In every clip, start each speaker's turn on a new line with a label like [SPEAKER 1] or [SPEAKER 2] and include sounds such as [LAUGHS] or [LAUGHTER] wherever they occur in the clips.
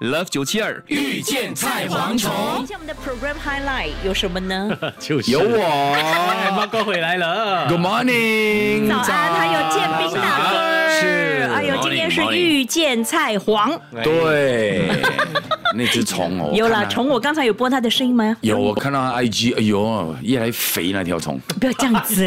[SPEAKER 1] Love 九七二
[SPEAKER 2] 遇见菜蝗虫
[SPEAKER 3] 一，下我们的 program highlight 有什
[SPEAKER 1] [LAUGHS]
[SPEAKER 3] 么呢？
[SPEAKER 4] 就是
[SPEAKER 1] 有
[SPEAKER 4] 哎，
[SPEAKER 1] 我
[SPEAKER 4] 猫哥回来了。
[SPEAKER 1] ，Good morning，
[SPEAKER 3] 早安，还有建
[SPEAKER 1] 早
[SPEAKER 3] 兵
[SPEAKER 1] 安
[SPEAKER 3] 大哥，
[SPEAKER 1] 是
[SPEAKER 3] 哎呦，今天是遇见菜黄，
[SPEAKER 4] 哎
[SPEAKER 1] 对，那只虫哦，
[SPEAKER 3] [LAUGHS] 有
[SPEAKER 1] 我看
[SPEAKER 3] 啦，
[SPEAKER 1] 它
[SPEAKER 3] 虫，我刚才有播他的声音吗？
[SPEAKER 1] 有我看到它 IG，哎呦，越来越肥那条虫，，
[SPEAKER 3] 不要这样子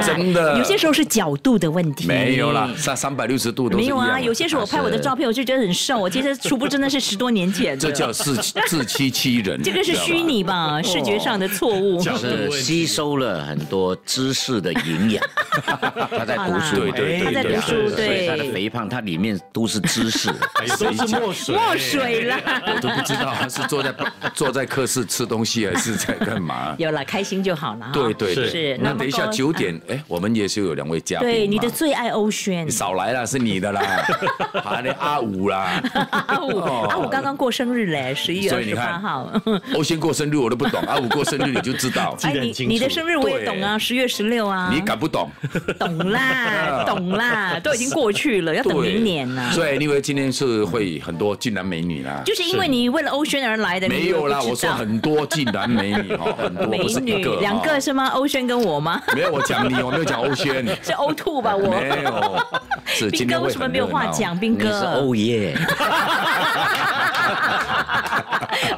[SPEAKER 1] [LAUGHS] 真的
[SPEAKER 3] 有些时候是角度的问题。
[SPEAKER 1] 没有啦，三三百六十度都是
[SPEAKER 3] 嗯没
[SPEAKER 1] 一
[SPEAKER 3] 有
[SPEAKER 1] 样的
[SPEAKER 3] 啊，有些时候我拍我的照，片，我就觉得很瘦，我其实殊不知那是十多年前
[SPEAKER 1] [LAUGHS] 是这
[SPEAKER 3] 的。
[SPEAKER 1] 叫自自欺欺人，
[SPEAKER 3] 这个是
[SPEAKER 1] 知道吧哦
[SPEAKER 3] 虚。拟吧， [LAUGHS] 视觉上的错误。
[SPEAKER 4] 角度
[SPEAKER 5] 是
[SPEAKER 4] 问
[SPEAKER 5] 吸
[SPEAKER 4] 题
[SPEAKER 5] 收了很多知识的营养，他在读书，
[SPEAKER 1] 对对对
[SPEAKER 3] [LAUGHS] 他在读书
[SPEAKER 5] 所以
[SPEAKER 3] 对
[SPEAKER 5] 他的肥胖，它里面都是
[SPEAKER 3] [LAUGHS]
[SPEAKER 5] 知识。
[SPEAKER 4] 哎呦都是墨水，
[SPEAKER 3] 墨水
[SPEAKER 1] [LAUGHS]
[SPEAKER 3] 啦， [LAUGHS]
[SPEAKER 1] 我都不知道他是坐在坐在课室吃东西还是在干嘛。
[SPEAKER 3] 有了，开心就 [LAUGHS] 好了哈。
[SPEAKER 1] 对对
[SPEAKER 4] 是
[SPEAKER 1] 对
[SPEAKER 3] 是，
[SPEAKER 1] 那
[SPEAKER 3] 么
[SPEAKER 1] 等一下
[SPEAKER 3] 高
[SPEAKER 1] 九点，哎，我们也是有两位嘉宾嘛。
[SPEAKER 3] 对你的最爱欧轩 [LAUGHS]
[SPEAKER 1] 你。少来了，是你的啦，还有阿五啦，
[SPEAKER 3] 阿五，
[SPEAKER 1] 哦
[SPEAKER 3] 阿五啊刚刚过生日嘞，十一月
[SPEAKER 1] 所
[SPEAKER 3] 二
[SPEAKER 1] 以你
[SPEAKER 3] 十八
[SPEAKER 1] 看
[SPEAKER 3] 号。
[SPEAKER 1] 欧先过生日我都不懂，阿五过生日你就知道，
[SPEAKER 4] 记得很
[SPEAKER 3] 哎你
[SPEAKER 4] 清楚
[SPEAKER 3] 你的生日我也懂啊，十月十六 [LAUGHS] 啊。
[SPEAKER 1] 你敢不懂？[LAUGHS]
[SPEAKER 3] 懂啦，懂啦，都已经过去了，要等明年呐。
[SPEAKER 1] 所以因为今天是会很多俊男美女啦，
[SPEAKER 3] 就是因为你为了欧轩而来的，
[SPEAKER 1] 没有啦，
[SPEAKER 3] 你
[SPEAKER 1] 我
[SPEAKER 3] 又不知
[SPEAKER 1] 说
[SPEAKER 3] 道
[SPEAKER 1] 很多俊男美女哈，很多
[SPEAKER 3] [LAUGHS] 美
[SPEAKER 1] 不是一
[SPEAKER 3] 女
[SPEAKER 1] 个，
[SPEAKER 3] 两个
[SPEAKER 1] 哦
[SPEAKER 3] 是吗？欧轩跟我吗？ [LAUGHS]
[SPEAKER 1] 没有我讲你，我没有讲欧轩，
[SPEAKER 3] 是 O two 吧？我
[SPEAKER 1] 没有，是
[SPEAKER 3] 斌
[SPEAKER 1] 今
[SPEAKER 3] 哥
[SPEAKER 1] 天
[SPEAKER 3] 为
[SPEAKER 1] 会
[SPEAKER 3] 什么
[SPEAKER 1] 很
[SPEAKER 3] 没有
[SPEAKER 1] 热
[SPEAKER 3] 话
[SPEAKER 1] 闹
[SPEAKER 3] 讲？斌
[SPEAKER 5] 你 [LAUGHS] 是
[SPEAKER 3] [LAUGHS] 哥，
[SPEAKER 5] 欧耶，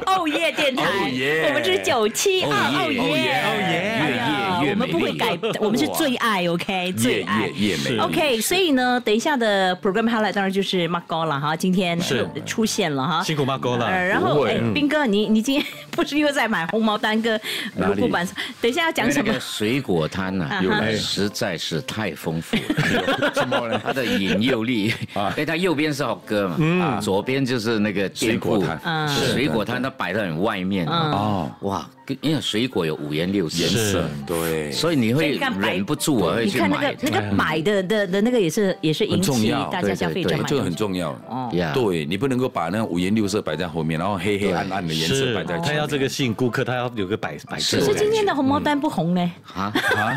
[SPEAKER 3] 哦耶
[SPEAKER 1] [LAUGHS]
[SPEAKER 3] 电台，
[SPEAKER 1] 哦耶
[SPEAKER 3] 我们是九七二
[SPEAKER 5] 哦
[SPEAKER 3] 哦
[SPEAKER 5] 耶
[SPEAKER 3] 耶，
[SPEAKER 5] 哦耶
[SPEAKER 3] 哎呀
[SPEAKER 5] 越夜越
[SPEAKER 3] 我们不会
[SPEAKER 5] 美丽
[SPEAKER 3] 改，我们是最爱，OK，最
[SPEAKER 1] 夜
[SPEAKER 3] 爱
[SPEAKER 1] 夜。夜美丽。
[SPEAKER 3] OK，所以呢，等一下的 program highlight 当然就是 Mark 高了哈，今天
[SPEAKER 4] 是
[SPEAKER 3] 出现了哈。
[SPEAKER 4] 辛苦猫哥了。嗯
[SPEAKER 3] 呃，然后
[SPEAKER 1] 不会
[SPEAKER 3] 哎，斌哥，你你今天 [LAUGHS] 不是又在买红毛丹跟
[SPEAKER 1] 哪
[SPEAKER 3] 萝
[SPEAKER 1] 里
[SPEAKER 3] 卜板？等一下要讲
[SPEAKER 5] 那
[SPEAKER 3] 什么 [LAUGHS]
[SPEAKER 5] 个？水果摊呐、
[SPEAKER 3] 啊
[SPEAKER 5] 啊，
[SPEAKER 3] 哈
[SPEAKER 5] 实在是太丰富了。
[SPEAKER 1] 什么呢？
[SPEAKER 5] 它的引诱力，因为它右边是好哥嘛，啊左边就是那个店铺
[SPEAKER 1] 水果摊
[SPEAKER 3] 嗯
[SPEAKER 5] 是水果摊它摆到很外面，啊
[SPEAKER 1] 哦，
[SPEAKER 5] 哇，跟因为水果有五颜六色，
[SPEAKER 4] 是
[SPEAKER 1] 对，
[SPEAKER 5] 所以你
[SPEAKER 3] 所以
[SPEAKER 5] 会
[SPEAKER 3] 你看摆
[SPEAKER 5] 忍不住啊，会
[SPEAKER 3] 你
[SPEAKER 5] 去
[SPEAKER 3] 看那
[SPEAKER 5] 买
[SPEAKER 3] 个。那个买的的的那个也是也是引
[SPEAKER 1] 很重
[SPEAKER 3] 起
[SPEAKER 1] 要
[SPEAKER 3] 大家消费者
[SPEAKER 5] 对对对
[SPEAKER 3] 买
[SPEAKER 1] 这个
[SPEAKER 3] 的
[SPEAKER 1] 很重要。
[SPEAKER 3] 哦
[SPEAKER 5] 呀
[SPEAKER 1] 对你不能够把那五颜六色摆在后面，然后黑黑暗暗的颜色
[SPEAKER 4] 是
[SPEAKER 1] 摆在，
[SPEAKER 4] 他
[SPEAKER 1] 前
[SPEAKER 4] 要
[SPEAKER 3] 哦
[SPEAKER 1] 面。
[SPEAKER 4] 这个吸引顾客，他要有个摆摆设。
[SPEAKER 5] 是
[SPEAKER 3] 可是
[SPEAKER 5] 对
[SPEAKER 3] 今天的红毛丹不红呢？
[SPEAKER 5] 啊啊，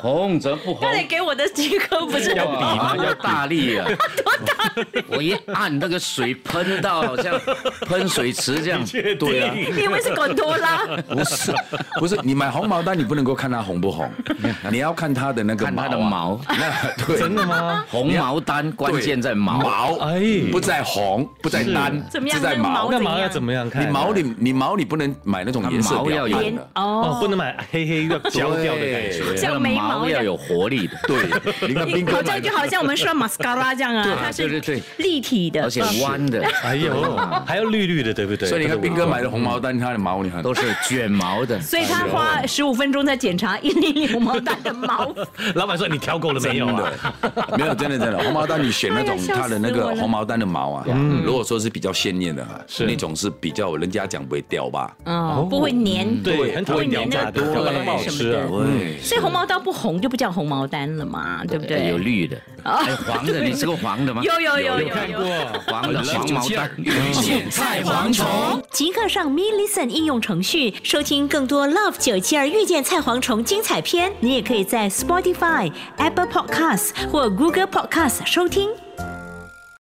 [SPEAKER 5] 红则不红
[SPEAKER 3] 刚，才给我的几个不是
[SPEAKER 4] 要比吗？
[SPEAKER 5] 要大力啊！我一按那个水喷到，好像喷水池这样。
[SPEAKER 1] 对啊，
[SPEAKER 3] 你以为是滚多拉？
[SPEAKER 1] 不是 [LAUGHS] 不是，你买红毛丹你不能够看它红不红，你要看它的那个
[SPEAKER 5] 看
[SPEAKER 1] 毛啊
[SPEAKER 5] 它的，毛，
[SPEAKER 1] 那对
[SPEAKER 4] 真的吗？
[SPEAKER 5] 红毛丹关键在毛。
[SPEAKER 1] 毛，
[SPEAKER 4] 哎
[SPEAKER 1] 不在红，不在单，
[SPEAKER 3] 怎么样
[SPEAKER 1] 是在
[SPEAKER 3] 那个毛
[SPEAKER 1] 毛
[SPEAKER 4] 那。毛要怎么样看？啊
[SPEAKER 1] 你毛你你毛你不能买那种颜色
[SPEAKER 5] 它毛
[SPEAKER 1] 比较
[SPEAKER 5] 要有
[SPEAKER 1] 暗
[SPEAKER 3] 连
[SPEAKER 1] 的，
[SPEAKER 4] 哦，不
[SPEAKER 3] 哦，
[SPEAKER 4] 能买黑黑要焦掉的感觉。
[SPEAKER 1] 对啊
[SPEAKER 3] 像眉毛一样
[SPEAKER 5] 要有活力的，
[SPEAKER 1] 对，啊你看
[SPEAKER 3] 你
[SPEAKER 1] 斌
[SPEAKER 3] 好
[SPEAKER 1] 哥买的
[SPEAKER 3] 像就好像我们说马斯卡拉这样啊，它
[SPEAKER 5] 对
[SPEAKER 3] 是
[SPEAKER 5] 对对
[SPEAKER 3] 立体的，
[SPEAKER 5] 而且弯的，
[SPEAKER 4] 哎
[SPEAKER 1] [LAUGHS]
[SPEAKER 4] 呦，还有绿绿的，对不对？
[SPEAKER 1] 所以你看斌哥买的红毛丹，它的毛你看
[SPEAKER 5] 都是卷毛的。
[SPEAKER 3] 所以他花十五分钟在检查一零零毛蛋的毛，
[SPEAKER 4] 老板说你挑够了没
[SPEAKER 1] 真
[SPEAKER 4] 有啊？
[SPEAKER 1] 的， [LAUGHS] 没有真的真的红毛丹，你选那种
[SPEAKER 3] 哎呀
[SPEAKER 1] 它的那
[SPEAKER 3] 吓死
[SPEAKER 1] 个
[SPEAKER 3] 我了
[SPEAKER 1] 红毛丹的毛啊，如果说是比较鲜艳的，
[SPEAKER 4] 是
[SPEAKER 1] 那种是比较人家讲不会掉吧？
[SPEAKER 3] 嗯，不会粘，
[SPEAKER 4] 哦对，很讨厌掉渣的，
[SPEAKER 3] 不会
[SPEAKER 4] 掉
[SPEAKER 3] 粘那个头
[SPEAKER 4] 渣
[SPEAKER 3] 发
[SPEAKER 4] 的不好
[SPEAKER 3] 什么
[SPEAKER 4] 吃啊
[SPEAKER 3] 的。
[SPEAKER 1] 对，
[SPEAKER 3] 所以红毛丹不红就不叫红毛丹了嘛，对不对？
[SPEAKER 5] 有绿的，哎，黄的，你吃过黄的吗？
[SPEAKER 3] 有有有有
[SPEAKER 4] 看
[SPEAKER 3] 有。
[SPEAKER 4] 过。
[SPEAKER 5] 黄的黄毛丹。 [LAUGHS]
[SPEAKER 1] 遇见
[SPEAKER 2] 菜蝗虫，
[SPEAKER 6] 即刻上 Me Listen 应用程序收听更多 Love 九七二遇见菜蝗虫精彩片。你也可以在 Spotify、Apple Podcasts 或 Google Podcasts 收听。